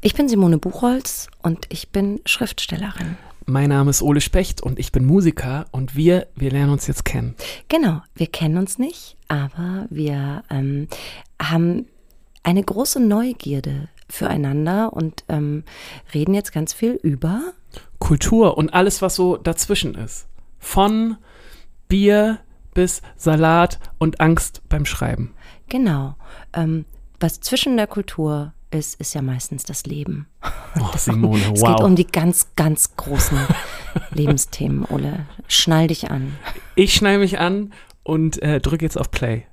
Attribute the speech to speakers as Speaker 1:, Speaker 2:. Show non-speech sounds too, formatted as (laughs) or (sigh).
Speaker 1: Ich bin Simone Buchholz und ich bin Schriftstellerin.
Speaker 2: Mein Name ist Ole Specht und ich bin Musiker und wir, wir lernen uns jetzt kennen.
Speaker 1: Genau, wir kennen uns nicht, aber wir ähm, haben eine große Neugierde füreinander und ähm, reden jetzt ganz viel über.
Speaker 2: Kultur und alles, was so dazwischen ist. Von Bier bis Salat und Angst beim Schreiben.
Speaker 1: Genau. Ähm, was zwischen der Kultur ist, ist ja meistens das Leben. (laughs)
Speaker 2: Oh, Simone,
Speaker 1: Es
Speaker 2: wow.
Speaker 1: geht um die ganz, ganz großen Lebensthemen, Ole. Schnall dich an.
Speaker 2: ich schneide mich an und äh, drücke jetzt auf Play.